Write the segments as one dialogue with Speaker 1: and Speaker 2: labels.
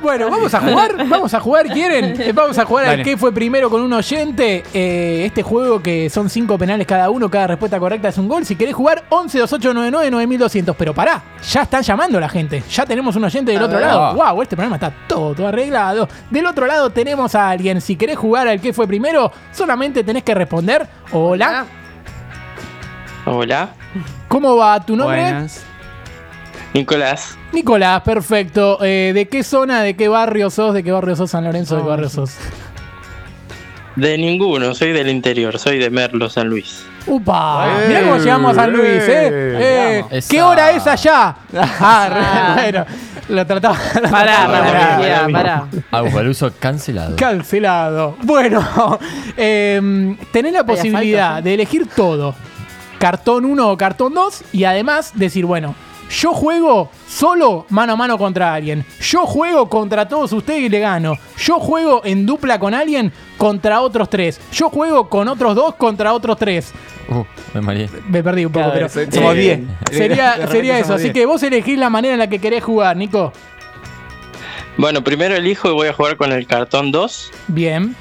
Speaker 1: Bueno, vamos a jugar, vamos a jugar, ¿quieren? Eh, Vamos a jugar al
Speaker 2: Dale.
Speaker 1: que fue primero con un oyente. Eh, este juego que son cinco penales cada uno, cada respuesta correcta es un gol. Si querés jugar, 11 2899 9200. Pero pará, ya están llamando la gente. Ya tenemos un oyente
Speaker 2: Ah,
Speaker 1: del
Speaker 3: A
Speaker 1: otro
Speaker 3: ver.
Speaker 1: lado. Wow, este programa está todo, todo arreglado. Del otro lado tenemos a alguien. Si querés jugar al que fue primero, solamente tenés que responder. Hola,
Speaker 4: Hola,
Speaker 1: ¿cómo va tu nombre?
Speaker 2: Buenas.
Speaker 4: Nicolás,
Speaker 1: Nicolás, perfecto. Eh, ¿De qué zona, de qué barrio sos? ¿De qué barrio sos San Lorenzo? ¿De qué barrio sos?
Speaker 4: de ninguno, soy del interior, soy de Merlo, San Luis.
Speaker 1: ¡Upa!
Speaker 3: Eh,
Speaker 1: Mirá cómo llegamos a San Luis, ¿eh?
Speaker 3: eh,
Speaker 1: Eh,
Speaker 2: vamos.
Speaker 1: ¿Qué
Speaker 2: Esa.
Speaker 1: hora es allá? Ah, re- bueno, lo trataba. lo
Speaker 5: Pará,
Speaker 1: trataba
Speaker 5: pará,
Speaker 1: bien.
Speaker 5: pará, pará.
Speaker 3: Ah, Agualuso pues, cancelado.
Speaker 1: Cancelado. Bueno, eh, tenés la posibilidad
Speaker 5: asfalto,
Speaker 1: de elegir todo: cartón 1 o cartón 2, y además decir, bueno. Yo juego solo mano a mano contra alguien. Yo juego contra todos ustedes y le gano. Yo juego en dupla con alguien contra otros tres. Yo juego con otros dos contra otros tres.
Speaker 3: Uh, me mareé.
Speaker 1: Me perdí un poco,
Speaker 2: Claro,
Speaker 1: pero.
Speaker 2: se- somos diez. De
Speaker 1: Sería,
Speaker 2: repente
Speaker 1: sería eso.
Speaker 2: somos
Speaker 1: Así
Speaker 2: diez.
Speaker 1: que vos elegís la manera en la que querés jugar, Nico.
Speaker 4: Bueno, primero elijo y voy a jugar con el cartón 2
Speaker 1: Bien.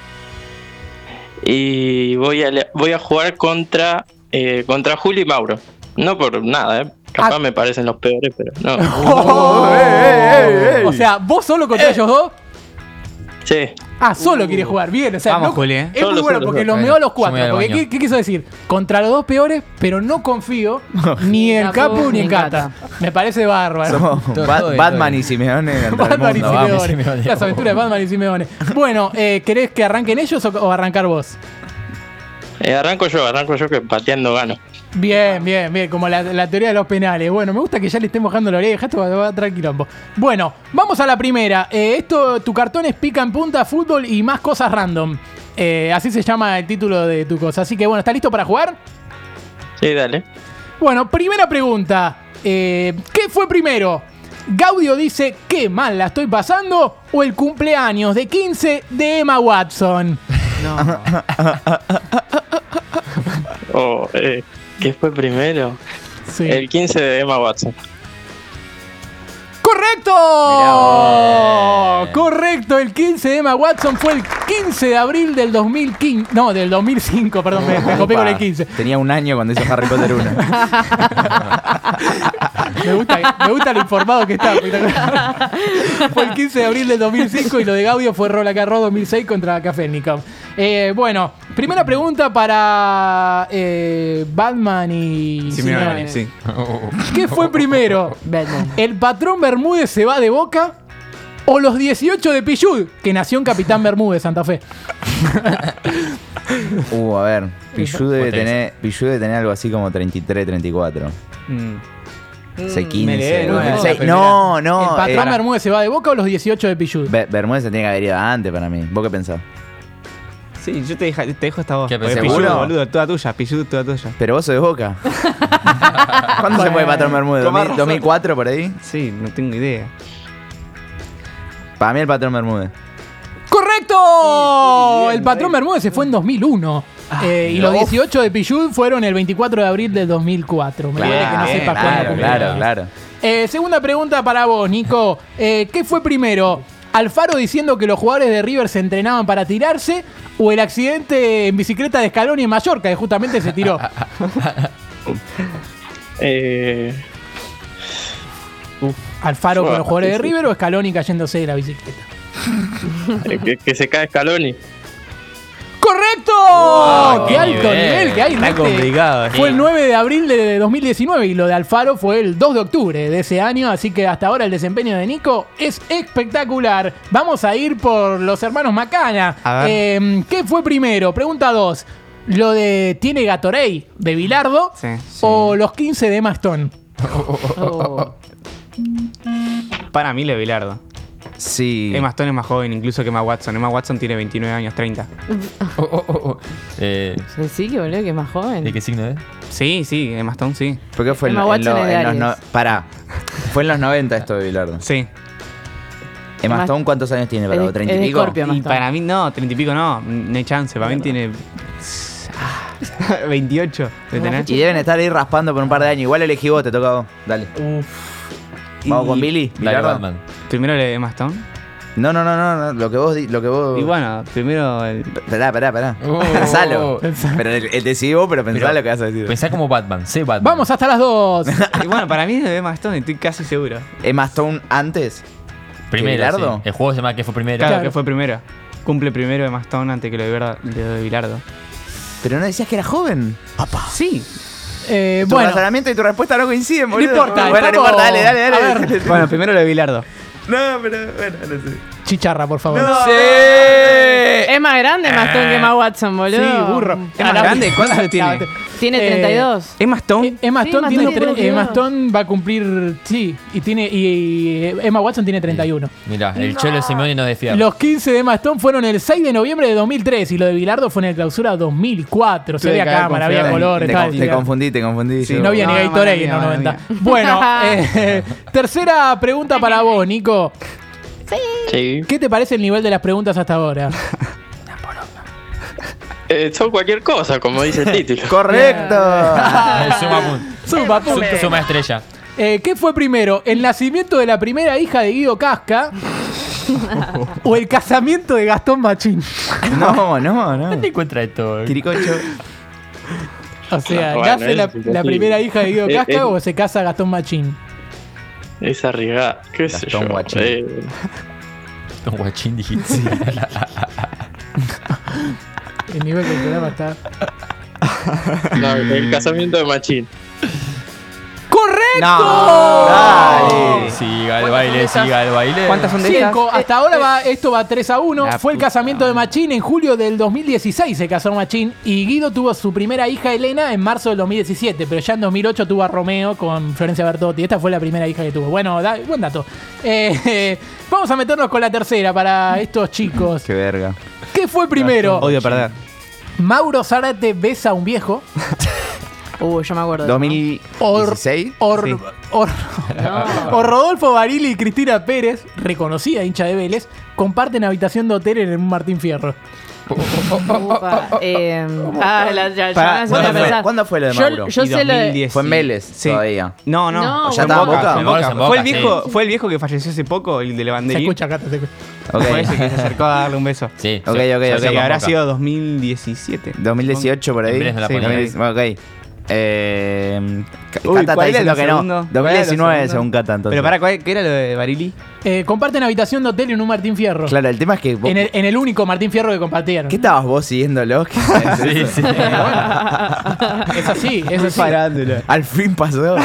Speaker 4: y voy a, le- voy a jugar contra, eh, contra Juli y Mauro. No por nada, ¿eh? capaz
Speaker 1: Ah.
Speaker 4: me parecen los peores, pero no.
Speaker 2: Oh,
Speaker 1: O sea, vos solo
Speaker 2: Eh.
Speaker 1: contra ellos dos.
Speaker 4: Sí,
Speaker 1: Ah, solo querés jugar. Bien, o sea,
Speaker 2: Uh. Vamos,
Speaker 1: no-
Speaker 2: Juli, eh.
Speaker 1: es muy
Speaker 4: Solo,
Speaker 1: bueno
Speaker 4: solo,
Speaker 1: porque
Speaker 4: solo.
Speaker 1: los meó a los
Speaker 3: Yo me voy
Speaker 1: cuatro.
Speaker 3: al
Speaker 1: Porque,
Speaker 3: baño.
Speaker 1: ¿qué, qué quiso decir? Contra los dos peores, pero no confío ni en Capu ni en Cata. Me parece bárbaro.
Speaker 2: Somos
Speaker 3: Todo,
Speaker 2: Bat-
Speaker 3: todo,
Speaker 2: Batman
Speaker 3: todo.
Speaker 2: y Simeone. contra el
Speaker 1: Batman y
Speaker 2: mundo, vamos.
Speaker 1: Simeone.
Speaker 3: Simeone.
Speaker 1: Las aventuras de Batman y Simeone. Bueno, eh, ¿querés que arranquen ellos o, o arrancar vos?
Speaker 4: Eh, arranco yo, arranco yo que pateando gano.
Speaker 1: Bien, bien, bien, como la, la teoría de los penales. Bueno, me gusta que ya le esté mojando la oreja, esto va, va a traer quilombo. Bueno, vamos a la primera. Eh, esto, tu cartón es pica en punta, fútbol y más cosas random. Eh, así se llama el título de tu cosa. Así que bueno, ¿estás listo para jugar?
Speaker 4: Sí, dale.
Speaker 1: Bueno, primera pregunta. Eh, ¿Qué fue primero? Gaudio dice, qué mal la estoy pasando, o el cumpleaños de 15 de Emma Watson.
Speaker 4: Oh, eh, ¿Qué fue primero?
Speaker 1: Sí.
Speaker 4: El 15 de Emma Watson.
Speaker 1: ¡Correcto!
Speaker 3: vos.
Speaker 1: Correcto, el 15 de Emma Watson fue el 15 de abril del 2015. No, del 2005, perdón, me, me copié con el
Speaker 2: Opa,
Speaker 1: 15.
Speaker 2: Tenía un año cuando hizo Harry Potter 1.
Speaker 1: Me gusta, me gusta lo informado que está. espectacular. fue el 15 de abril del 2005 y lo de Gaudio fue Rola Carro 2006 contra Kafelnikov. Eh, bueno, primera pregunta para eh, Batman y
Speaker 2: Simeone,
Speaker 1: Simeone.
Speaker 2: sí.
Speaker 1: ¿Qué fue primero?
Speaker 5: Batman.
Speaker 1: ¿El patrón Bermúdez se va de boca? ¿O los 18 de Pillud, que nació en Capitán Bermúdez, Santa Fe?
Speaker 2: Uh, a ver. Pichu debe,
Speaker 3: Vos tenés.
Speaker 2: tener, Pichu debe tener algo así como 33, 34.
Speaker 1: Mm.
Speaker 2: Sé 15.
Speaker 3: leí, no,
Speaker 2: No,
Speaker 3: no,
Speaker 2: sé-
Speaker 3: pero
Speaker 2: no. no
Speaker 1: ¿El
Speaker 2: eh,
Speaker 1: patrón Bermúdez se va de boca o los 18 de Pillud?
Speaker 2: Be- Bermúdez se tiene que haber ido antes para mí. ¿Vos qué pensás?
Speaker 6: Sí, yo te, deja- te dejo esta voz.
Speaker 3: ¿Qué,
Speaker 6: Porque
Speaker 3: seguro?
Speaker 6: Pichu, boludo, toda tuya, Pichu, toda tuya.
Speaker 2: Pero vos sos de Boca. ¿Cuándo se fue el patrón Bermúdez? ¿2000-
Speaker 6: Tomás razón.
Speaker 2: ¿2004 por ahí?
Speaker 6: Sí, no tengo idea.
Speaker 2: Para mí el patrón Bermúdez.
Speaker 1: ¡Correcto! el patrón Bermúdez se fue en 2001.
Speaker 2: Ah,
Speaker 1: Eh, y los 18 de Pillud fueron el 24 de abril del 2004. Me duele que no
Speaker 2: Bien,
Speaker 1: sepa cuándo
Speaker 2: claro,
Speaker 1: cumplió.
Speaker 2: claro, claro.
Speaker 1: Eh, segunda pregunta para vos, Nico. Eh, ¿Qué fue primero? ¿Alfaro diciendo que los jugadores de River se entrenaban para tirarse? ¿O el accidente en bicicleta de Scaloni en Mallorca, que justamente se tiró?
Speaker 4: Eh,
Speaker 1: ¿Alfaro con los jugadores de River o Scaloni cayéndose de la bicicleta?
Speaker 4: eh, que, que se cae Scaloni.
Speaker 1: ¡Correcto! ¡Qué,
Speaker 3: qué
Speaker 1: alto
Speaker 3: nivel!
Speaker 1: nivel que hay!
Speaker 6: Está
Speaker 1: Nate.
Speaker 6: complicado, eh.
Speaker 1: Fue el 9 de abril de 2019 y lo de Alfaro fue el 2 de octubre de ese año, así que hasta ahora el desempeño de Nico es espectacular. Vamos a ir por los hermanos Macana.
Speaker 6: A ver.
Speaker 1: Eh, ¿Qué fue primero? Pregunta 2. ¿Lo de tiene Gatorade de Bilardo
Speaker 6: Sí.
Speaker 1: o los 15 de Mastón?
Speaker 5: Oh.
Speaker 6: Para mí, lo de Bilardo.
Speaker 2: Sí.
Speaker 6: Emma Stone es más joven incluso que Emma Watson. Emma Watson tiene 29 años, 30.
Speaker 3: Oh, oh, oh, oh. Eh,
Speaker 5: Sí, que boludo, que es más
Speaker 3: ¿De
Speaker 5: joven.
Speaker 3: qué signo es?
Speaker 6: Sí, sí, Emma Stone sí.
Speaker 2: ¿Por qué fue en,
Speaker 5: Emma
Speaker 2: en
Speaker 5: Watson
Speaker 2: lo-
Speaker 5: es de
Speaker 2: en los... No,
Speaker 5: Aries.
Speaker 2: pará. Fue en los 90 esto de Bilardo.
Speaker 6: Sí.
Speaker 2: Emma
Speaker 5: Emma-
Speaker 2: Stone, ¿cuántos años tiene para
Speaker 5: Es
Speaker 2: vos?
Speaker 5: de-
Speaker 2: ¿30 y
Speaker 5: es de
Speaker 2: pico?
Speaker 5: Scorpio. Emma
Speaker 6: Y
Speaker 5: Stone.
Speaker 6: para mí no, 30 y pico no. No hay chance. Para mí tiene. 28 de tener.
Speaker 2: Y deben estar ahí raspando por un par de años. Igual elegí vos, te toca a vos. Dale.
Speaker 6: Uf.
Speaker 2: ¿Vamos con Billy?
Speaker 3: Dale,
Speaker 2: Bilardo.
Speaker 3: Batman.
Speaker 6: Primero el de Emma Stone.
Speaker 2: No, no, no, no, no, lo que vos... di- Lo que vos...
Speaker 6: Y bueno, primero el.
Speaker 2: Pará, pará, pará.
Speaker 3: Oh.
Speaker 2: Pensalo.
Speaker 1: Pensá.
Speaker 2: Pero el, el decidí vos, pero pensá
Speaker 3: Pero-
Speaker 2: lo que vas a decir.
Speaker 3: Pensá como Batman, sé Batman.
Speaker 1: Vamos hasta las dos.
Speaker 6: Y bueno, para mí es el de Emma Stone, estoy casi seguro.
Speaker 2: Emma Stone antes.
Speaker 3: primero.
Speaker 2: Bilardo.
Speaker 3: El juego se llama que fue primero.
Speaker 6: Claro,
Speaker 1: Claro.
Speaker 6: que fue primero. Cumple primero Emma Stone antes que lo de, Verda- de Bilardo.
Speaker 2: Pero no decías que era joven.
Speaker 6: Sí.
Speaker 1: Eh,
Speaker 2: Tu
Speaker 1: bueno,
Speaker 2: razonamiento y tu respuesta no coinciden, boludo.
Speaker 1: importa,
Speaker 2: Bueno, no
Speaker 1: estamos-
Speaker 2: importa, dale, dale,
Speaker 1: a
Speaker 2: dale.
Speaker 1: ver.
Speaker 6: Bueno, primero lo de Bilardo.
Speaker 2: No, pero bueno, no sé.
Speaker 1: chicharra, por favor.
Speaker 5: Eh, Es más grande más Stone que Emma Watson, boludo.
Speaker 1: Sí, burro.
Speaker 6: ¿Es más
Speaker 1: Carajo.
Speaker 6: grande? ¿Cuántos años tiene?
Speaker 5: Tiene
Speaker 1: Eh,
Speaker 5: 32.
Speaker 6: Emma Stone.
Speaker 1: Eh, Emma
Speaker 5: Sí,
Speaker 1: Stone
Speaker 5: Emma
Speaker 1: tiene
Speaker 5: Stone
Speaker 1: tre-
Speaker 5: tiene
Speaker 1: Emma
Speaker 5: 32.
Speaker 1: Stone va a cumplir sí y tiene y eh, Emma Watson tiene 31.
Speaker 3: Mirá, el Cholo Simeone nos desfía.
Speaker 1: Los 15 de Emma Stone fueron el 6 de noviembre de 2003 y lo de Bilardo fue en el clausura 2004. Se
Speaker 6: Tuve
Speaker 1: había
Speaker 6: que haber
Speaker 1: cámara,
Speaker 6: confiado
Speaker 1: había
Speaker 6: en-
Speaker 1: color,
Speaker 2: te,
Speaker 1: estaba
Speaker 2: con- te
Speaker 1: estirado.
Speaker 2: confundí, te confundí.
Speaker 6: Sí,
Speaker 2: yo.
Speaker 1: No había ni
Speaker 6: No,
Speaker 1: Gatorade en
Speaker 6: mala
Speaker 1: los 90.
Speaker 6: mía, mala
Speaker 1: Bueno, eh, tercera pregunta para vos, Nico.
Speaker 4: Sí.
Speaker 1: ¿Qué te parece el nivel de las preguntas hasta ahora?
Speaker 4: Eh, son cualquier cosa, como dice el título.
Speaker 2: Correcto.
Speaker 3: Eh, suma, pun-
Speaker 1: Supa,
Speaker 3: su-
Speaker 1: punto.
Speaker 3: suma estrella.
Speaker 1: Eh, ¿Qué fue primero? ¿El nacimiento de la primera hija de Guido Casca? ¿O el casamiento de Gastón Machín?
Speaker 2: No, no, no.
Speaker 3: ¿Dónde encuentra esto?
Speaker 2: Quiricocho.
Speaker 1: O sea,
Speaker 4: Bueno,
Speaker 1: ¿nace
Speaker 4: es
Speaker 1: la,
Speaker 4: imposible.
Speaker 1: la primera hija de Guido
Speaker 4: Eh,
Speaker 1: Casca
Speaker 4: eh.
Speaker 1: o se casa Gastón Machín?
Speaker 4: Es arriesgada. ¿Qué sé yo?
Speaker 2: Gastón Guachín.
Speaker 4: Eh,
Speaker 3: Un guachín dijiste.
Speaker 1: El nivel del programa está.
Speaker 4: no, el casamiento de Machín.
Speaker 1: ¡Correcto!
Speaker 4: Ah.
Speaker 3: Ah,
Speaker 2: Dale.
Speaker 3: Siga el baile, siga el baile.
Speaker 6: ¿Cuántas son de estas?
Speaker 1: Cinco. Hasta ahora va, esto va 3 a 1.
Speaker 6: La
Speaker 1: Fue el
Speaker 6: puta
Speaker 1: casamiento de Machín. En julio del 2016 se casó Machín. Y Guido tuvo su primera hija Elena en marzo del 2017. Pero ya en 2008 tuvo a Romeo con Florencia Bertotti. Esta fue la primera hija que tuvo. Bueno, da- buen dato. Eh, eh, vamos a meternos con la tercera para estos chicos.
Speaker 2: Qué verga.
Speaker 1: ¿Qué fue primero?
Speaker 6: Odio perder.
Speaker 1: ¿Mauro Zárate besa a un viejo?
Speaker 5: Uh, yo me acuerdo. de eso, ¿no?
Speaker 1: Or-
Speaker 2: ¿2016?
Speaker 1: Or-
Speaker 6: Sí.
Speaker 1: Or-
Speaker 5: No.
Speaker 1: O Rodolfo Barili y Cristina Pérez, reconocida hincha de Vélez, comparten habitación de hotel en el Martín Fierro.
Speaker 5: Upa, eh, ah, la, ya,
Speaker 6: Pará,
Speaker 5: ya
Speaker 2: ¿cuándo
Speaker 5: me hace
Speaker 2: fue?
Speaker 5: pensar.
Speaker 2: ¿Cuándo fue lo de Mauro?
Speaker 5: Yo, yo
Speaker 6: Y
Speaker 5: sé lo de...
Speaker 6: 2010.
Speaker 2: Fue en Vélez
Speaker 6: Sí.
Speaker 2: todavía.
Speaker 6: No, no.
Speaker 5: No,
Speaker 2: Ya
Speaker 6: fue en
Speaker 2: está en
Speaker 6: Boca,
Speaker 2: Boca.
Speaker 6: fue en
Speaker 2: En
Speaker 3: Boca,
Speaker 6: Boca.
Speaker 3: en Boca,
Speaker 6: Fue el
Speaker 3: sí.
Speaker 6: viejo, fue el viejo que falleció hace poco, el de la
Speaker 1: Se
Speaker 6: banderita.
Speaker 1: escucha acá, se escucha.
Speaker 2: Ok.
Speaker 6: Fue ese que se acercó a darle un beso.
Speaker 3: Sí.
Speaker 2: Ok, ok, ok,
Speaker 6: O sea, que
Speaker 2: con
Speaker 6: habrá
Speaker 3: Boca.
Speaker 6: sido 2017.
Speaker 2: 2018 por ahí.
Speaker 3: En Vélez no la
Speaker 2: Sí,
Speaker 3: ponía.
Speaker 2: 2018, ok. Eh, Ca-
Speaker 6: Uy,
Speaker 2: Cata está
Speaker 6: ¿cuál era
Speaker 2: diciendo
Speaker 6: lo
Speaker 2: que
Speaker 6: segundo?
Speaker 2: no.
Speaker 6: ¿Cuál era lo
Speaker 2: 2019
Speaker 6: segundo?
Speaker 2: según Cata entonces.
Speaker 6: Pero para, ¿cuál- ¿qué era lo de Barili?
Speaker 1: Eh, comparten habitación de hotel en un Martín Fierro.
Speaker 2: Claro, el tema es que vos-
Speaker 1: En el, en el único Martín Fierro que compartieron.
Speaker 2: ¿Qué estabas vos siguiéndolo? ¿Qué es
Speaker 3: Sí,
Speaker 2: eso?
Speaker 3: sí.
Speaker 1: Ah, Es así, es así.
Speaker 6: Parándola.
Speaker 2: Al fin pasó.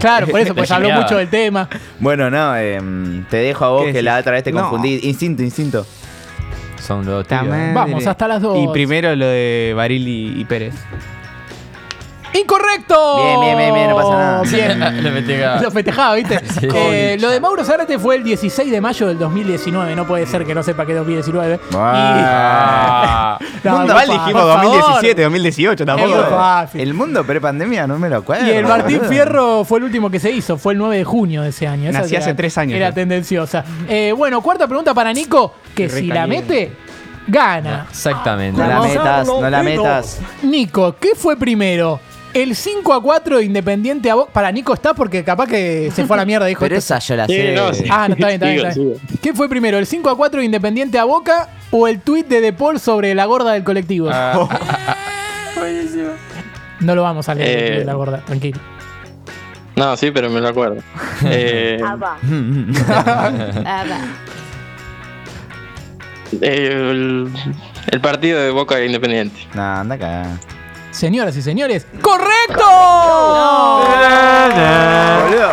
Speaker 1: Claro, por eso, pues habló
Speaker 3: Genial.
Speaker 1: mucho del tema.
Speaker 2: bueno, no, em, te dejo a vos
Speaker 6: ¿Qué
Speaker 2: que
Speaker 6: decís?
Speaker 2: la otra vez te
Speaker 6: No.
Speaker 2: confundí. Instinto, instinto.
Speaker 3: Son dos
Speaker 6: Puta
Speaker 3: tíos.
Speaker 6: madre.
Speaker 1: Vamos, hasta las dos.
Speaker 6: Y primero lo de Barili y Pérez.
Speaker 1: ¡Incorrecto!
Speaker 2: Bien, bien, bien, bien, no pasa nada.
Speaker 1: Bien.
Speaker 3: Le metí acá.
Speaker 1: Lo festejaba, ¿viste?
Speaker 3: Sí.
Speaker 1: Eh, lo de Mauro Zárate fue el 16 de mayo del 2019. No puede ser que no sepa que es 2019.
Speaker 2: Ah.
Speaker 1: Y- No,
Speaker 6: Igual
Speaker 1: por
Speaker 6: dijimos
Speaker 1: favor.
Speaker 6: 2017, 2018,
Speaker 1: Es
Speaker 6: tampoco.
Speaker 1: verdad. fácil.
Speaker 2: El mundo pre-pandemia no me lo acuerdo.
Speaker 1: Y el Martín
Speaker 2: boludo.
Speaker 1: Fierro fue el último que se hizo, fue el 9 de junio de ese año.
Speaker 6: Nací
Speaker 1: era-
Speaker 6: hace tres años
Speaker 1: Era
Speaker 6: yo.
Speaker 1: tendenciosa. Eh, bueno, cuarta pregunta para Nico, que
Speaker 6: Re
Speaker 1: si la
Speaker 6: caliente.
Speaker 1: mete, gana.
Speaker 3: Exactamente.
Speaker 2: No la metas, no la metas.
Speaker 1: Nico, ¿qué fue primero? El 5 a 4 de Independiente a Boca. Para Nico está porque capaz que se fue a la mierda, dijo.
Speaker 2: Pero
Speaker 1: esto-
Speaker 2: esa yo la
Speaker 4: Sí,
Speaker 2: sé.
Speaker 4: no, sí.
Speaker 1: Ah, no, está bien, está bien.
Speaker 4: Sigo,
Speaker 1: está bien. ¿Qué fue primero? ¿El 5 a 4 de Independiente a Boca o el tuit de De Paul sobre la gorda del colectivo?
Speaker 4: Ah.
Speaker 1: No lo vamos a leer, el
Speaker 4: Eh.
Speaker 1: tuit de la gorda, tranquilo.
Speaker 4: No, sí, pero me lo acuerdo. Eh,
Speaker 5: Ah, va.
Speaker 4: el, el partido de Boca e Independiente.
Speaker 2: No, anda acá.
Speaker 1: Señoras y señores, ¡correcto!
Speaker 2: Boludo,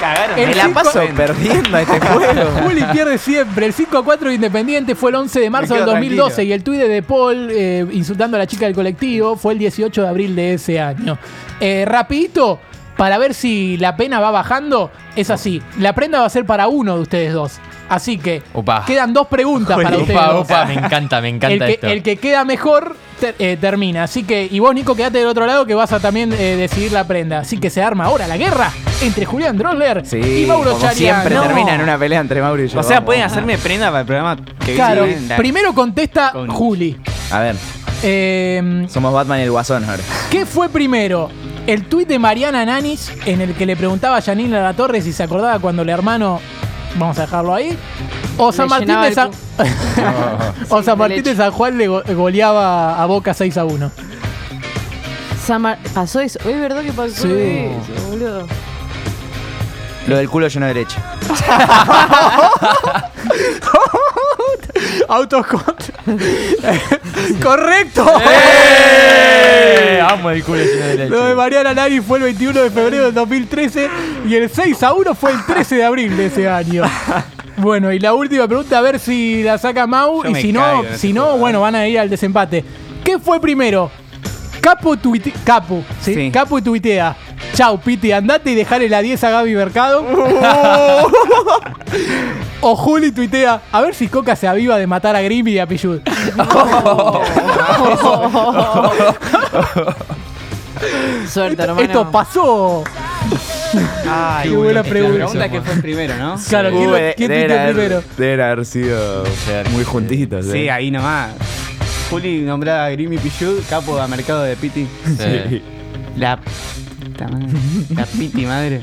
Speaker 6: Cagaron.
Speaker 1: El
Speaker 2: me la
Speaker 1: cinco-
Speaker 2: paso perdiendo a este juego.
Speaker 1: Juli pierde siempre. El 5 a 4 de Independiente fue el 11 de marzo
Speaker 6: Me
Speaker 1: del
Speaker 6: quedo
Speaker 1: 2012
Speaker 6: tranquilo.
Speaker 1: y el tuit de De Paul eh, insultando a la chica del colectivo fue el 18 de abril de ese año. Eh, rapidito, para ver si la pena va bajando, es así. La prenda va a ser para uno de ustedes dos. Así que
Speaker 3: Opa.
Speaker 1: quedan dos preguntas para ustedes.
Speaker 3: Upa,
Speaker 1: dos.
Speaker 3: upa, me encanta, me
Speaker 1: El
Speaker 3: encanta
Speaker 1: que,
Speaker 3: esto.
Speaker 1: el que queda mejor ter- eh, termina. Así que, y vos, Nico, quedate del otro lado que vas a también eh, decidir la prenda. Así que se arma ahora la guerra entre Julián Drosler
Speaker 2: Sí,
Speaker 1: y Mauro
Speaker 2: como
Speaker 1: Charian.
Speaker 2: siempre
Speaker 1: No.
Speaker 2: termina en una pelea entre Mauro y yo.
Speaker 6: O sea,
Speaker 2: Vamos.
Speaker 6: pueden hacerme prenda para el programa que
Speaker 1: Claro,
Speaker 6: viene. La-
Speaker 1: primero contesta
Speaker 6: Con-
Speaker 1: Juli.
Speaker 2: A ver,
Speaker 1: Eh,
Speaker 2: somos Batman y el Guasón ahora.
Speaker 1: ¿Qué fue primero? El tuit de Mariana Nanis, en el que le preguntaba a Janine La Torre si se acordaba cuando el hermano. Vamos a dejarlo ahí. O San Martín
Speaker 5: llenaba
Speaker 1: de
Speaker 5: el
Speaker 1: San.
Speaker 5: cu-
Speaker 1: o San
Speaker 5: de
Speaker 1: Martín de
Speaker 5: leche.
Speaker 1: San Juan le go- goleaba a Boca 6 a 1.
Speaker 5: Samar- pasó eso. Es verdad que pasó
Speaker 1: Sí.
Speaker 5: eso, boludo.
Speaker 2: Lo del culo lleno de derecha.
Speaker 1: Autocont. ¡Correcto!
Speaker 3: ¡Eh! Amo el culo lleno de leche.
Speaker 1: Lo de Mariana Nanis fue el 21 de febrero del 2013 y el 6 a 1 fue el 13 de abril de ese año. Bueno, y la última pregunta, a ver si la saca Mau
Speaker 6: Yo
Speaker 1: y
Speaker 6: me
Speaker 1: si
Speaker 6: caigo
Speaker 1: no,
Speaker 6: en este
Speaker 1: si no,
Speaker 6: juego.
Speaker 1: bueno, van a ir al desempate. ¿Qué fue primero? Capo tuite, Capu, ¿sí?
Speaker 6: Sí.
Speaker 1: Capu tuitea. Chau, Piti, andate y dejale la 10 a Gaby Mercado. o Juli tuitea, a ver si Coca se aviva de matar a Grimmy y a Pichud.
Speaker 5: Suerte, hermano.
Speaker 1: Esto pasó.
Speaker 6: Ay,
Speaker 1: Qué buena pregunta.
Speaker 6: La pregunta es que fue primero, ¿no?
Speaker 1: Claro, ¿quién, lo- quién tuiteó primero?
Speaker 2: Deben haber sido muy juntitos. eh.
Speaker 6: Sí, ahí nomás. Juli nombrada a Grimmy Pichud, capo a mercado de Piti.
Speaker 3: Sí.
Speaker 6: La puta madre. La Piti madre.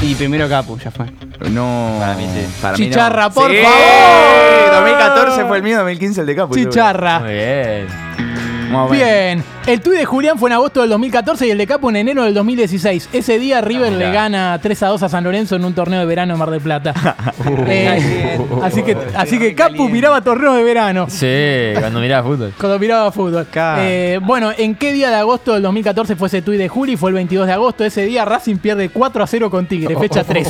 Speaker 6: Y primero capo, ya fue.
Speaker 2: No.
Speaker 3: Para mí sí.
Speaker 2: Para mí no.
Speaker 1: Chicharra, por
Speaker 2: Sí,
Speaker 1: favor.
Speaker 2: 2014 fue el mío, 2015 el de Capo.
Speaker 1: Chicharra.
Speaker 3: Muy bien.
Speaker 2: Más o menos.
Speaker 1: Bien. El tuit de Julián fue en agosto del 2014 y el de Capo en enero del 2016. Ese día River
Speaker 3: mirá.
Speaker 1: le gana 3 a 2 a San Lorenzo en un torneo de verano en Mar del Plata. Eh,
Speaker 6: Caliente.
Speaker 1: así que, así que
Speaker 6: Muy
Speaker 1: Capu
Speaker 6: caliente.
Speaker 1: miraba torneos de verano.
Speaker 3: Sí, cuando mirás fútbol.
Speaker 1: Cuando miraba fútbol.
Speaker 6: Claro.
Speaker 1: Eh, bueno, ¿en qué día de agosto del 2014 fue ese tuit de Juli? Fue el 22 de agosto. Ese día Racing pierde 4 a 0 con Tigre, fecha 3.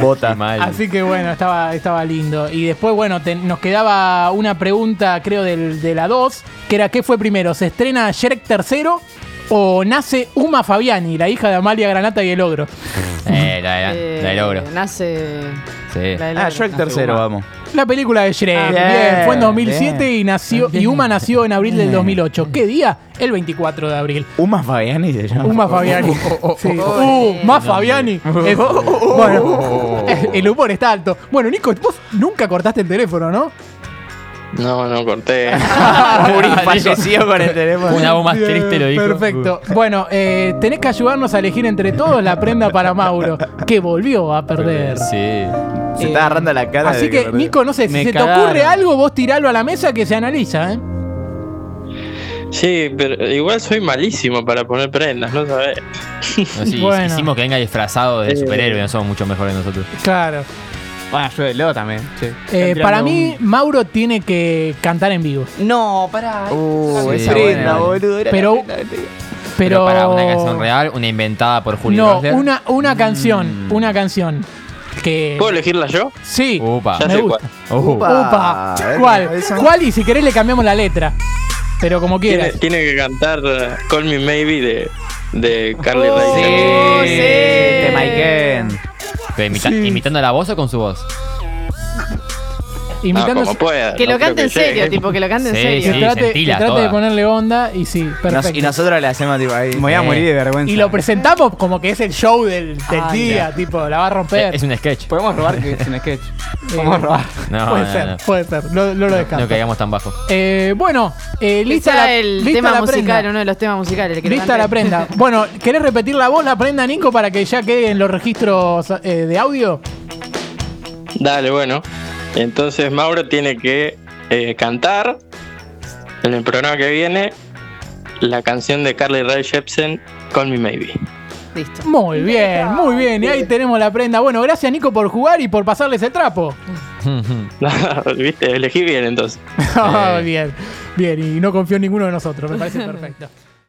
Speaker 3: Bota. Mal.
Speaker 1: Así que bueno, estaba, estaba lindo. Y después, bueno, te- nos quedaba una pregunta, creo, del, de la 2, que era ¿qué fue primero? ¿Se estrena Shrek tercero o nace Uma Fabiani, la hija de Amalia Granata y el ogro?
Speaker 3: Eh, la, la,
Speaker 5: Eh,
Speaker 3: la del ogro.
Speaker 5: Nace.
Speaker 3: Sí.
Speaker 5: la del
Speaker 2: Ah,
Speaker 5: ogro.
Speaker 2: Shrek tercero, vamos.
Speaker 1: La película de Shrek.
Speaker 5: Ah,
Speaker 1: bien,
Speaker 2: bien,
Speaker 1: fue en 2007
Speaker 2: bien.
Speaker 1: y nació y Uma nació en abril del 2008. ¿Qué día? El 24 de abril.
Speaker 2: Uma Fabiani se llama.
Speaker 1: Uma Fabiani.
Speaker 2: Oh,
Speaker 1: Sí. Uh, más Fabiani. Es-
Speaker 2: oh.
Speaker 1: bueno, el humor está alto. Bueno, Nico, vos nunca cortaste el teléfono, ¿no?
Speaker 4: No, no corté.
Speaker 2: Uri
Speaker 3: Dijo-
Speaker 2: falleció con el teléfono.
Speaker 3: Una voz más
Speaker 1: Bien,
Speaker 3: triste lo dijo.
Speaker 1: Perfecto. Bueno, eh, tenés que ayudarnos a elegir entre todos la prenda para Mauro, que volvió a perder.
Speaker 3: Sí.
Speaker 2: Se está agarrando la cara.
Speaker 1: Así
Speaker 2: de
Speaker 1: que, Nico, no sé, si
Speaker 6: Me
Speaker 1: se te
Speaker 6: cagaron.
Speaker 1: ocurre algo, vos tiralo a la mesa que se analiza, ¿eh?
Speaker 4: Sí, pero igual soy malísimo para poner prendas, no sabés.
Speaker 3: No, sí,
Speaker 1: Bueno.
Speaker 3: Hicimos que venga disfrazado de
Speaker 4: Eh.
Speaker 3: superhéroe, no somos mucho mejores nosotros.
Speaker 1: Claro.
Speaker 6: Bueno, yo de Leo también. sí. Están
Speaker 1: Eh, para
Speaker 6: tirando
Speaker 1: mí, Mauro tiene que cantar en vivo.
Speaker 6: No, pará.
Speaker 2: Uh,
Speaker 3: Sí,
Speaker 2: esa prenda,
Speaker 3: buena.
Speaker 2: boludo. era
Speaker 1: Pero-
Speaker 2: la prenda que tenía.
Speaker 1: Pero,
Speaker 3: para una canción real, una inventada por Julio
Speaker 1: No, una, una canción, una canción. Que.
Speaker 4: ¿Puedo elegirla yo?
Speaker 1: Sí,
Speaker 3: Upa.
Speaker 4: Ya
Speaker 1: me
Speaker 4: sé
Speaker 1: gusta.
Speaker 3: Uh,
Speaker 2: Upa.
Speaker 1: Upa.
Speaker 2: A ver,
Speaker 1: ¿Cuál?
Speaker 2: esa-
Speaker 1: ¿Cuál? Y si querés le cambiamos la letra. Pero como
Speaker 4: Tiene,
Speaker 1: quieras.
Speaker 4: tiene que cantar eh, Call Me Maybe de, de Carly
Speaker 5: Oh,
Speaker 4: Rae Jepsen.
Speaker 5: Sí.
Speaker 2: De Maiken.
Speaker 3: pero imita-
Speaker 1: Sí.
Speaker 3: ¿Imitando la voz o con su voz?
Speaker 4: No,
Speaker 1: Imitando-
Speaker 4: Ah, como pueda.
Speaker 5: Que
Speaker 4: no
Speaker 5: lo
Speaker 4: creo
Speaker 5: cante en
Speaker 4: que llegue.
Speaker 5: serio, tipo, que lo cante en
Speaker 3: Sí,
Speaker 1: que
Speaker 5: serio.
Speaker 3: sí.
Speaker 1: trate,
Speaker 3: sentila
Speaker 1: que trate
Speaker 3: toda.
Speaker 1: de ponerle onda y sí,
Speaker 2: Nos-
Speaker 1: perfecto.
Speaker 2: y nosotros le hacemos tipo ahí.
Speaker 6: Me voy a
Speaker 3: Eh.
Speaker 6: morir de vergüenza.
Speaker 1: Y lo presentamos como que es el show del, del
Speaker 6: Ay,
Speaker 1: día, tipo, la va a romper.
Speaker 3: Es un sketch.
Speaker 6: Podemos robar que es un sketch.
Speaker 1: Eh,
Speaker 6: Podemos robar.
Speaker 3: No,
Speaker 1: puede
Speaker 3: no,
Speaker 1: ser,
Speaker 3: no.
Speaker 1: puede ser, no, no lo
Speaker 3: No
Speaker 1: descarto.
Speaker 3: caigamos tan bajo.
Speaker 1: Eh, bueno, eh, lista
Speaker 5: Lista
Speaker 1: la,
Speaker 5: el
Speaker 1: lista
Speaker 5: tema
Speaker 1: la
Speaker 5: musical,
Speaker 1: prenda.
Speaker 5: uno de los temas musicales. el que lo
Speaker 1: Lista
Speaker 5: cante.
Speaker 1: la prenda. Bueno, ¿querés repetir la voz, la prenda, Nico, para que ya quede en los registros eh, de audio?
Speaker 4: Dale, bueno. Entonces Mauro tiene que eh, cantar en el programa que viene la canción de Carly Rae Jepsen, Call Me Maybe.
Speaker 5: Listo.
Speaker 1: Muy bien, muy bien. Y ahí tenemos la prenda. Bueno, gracias, Nico, por jugar y por pasarles el trapo.
Speaker 4: ¿Viste? Elegí bien entonces.
Speaker 1: bien, bien. Y no confío en ninguno de nosotros, me parece perfecto.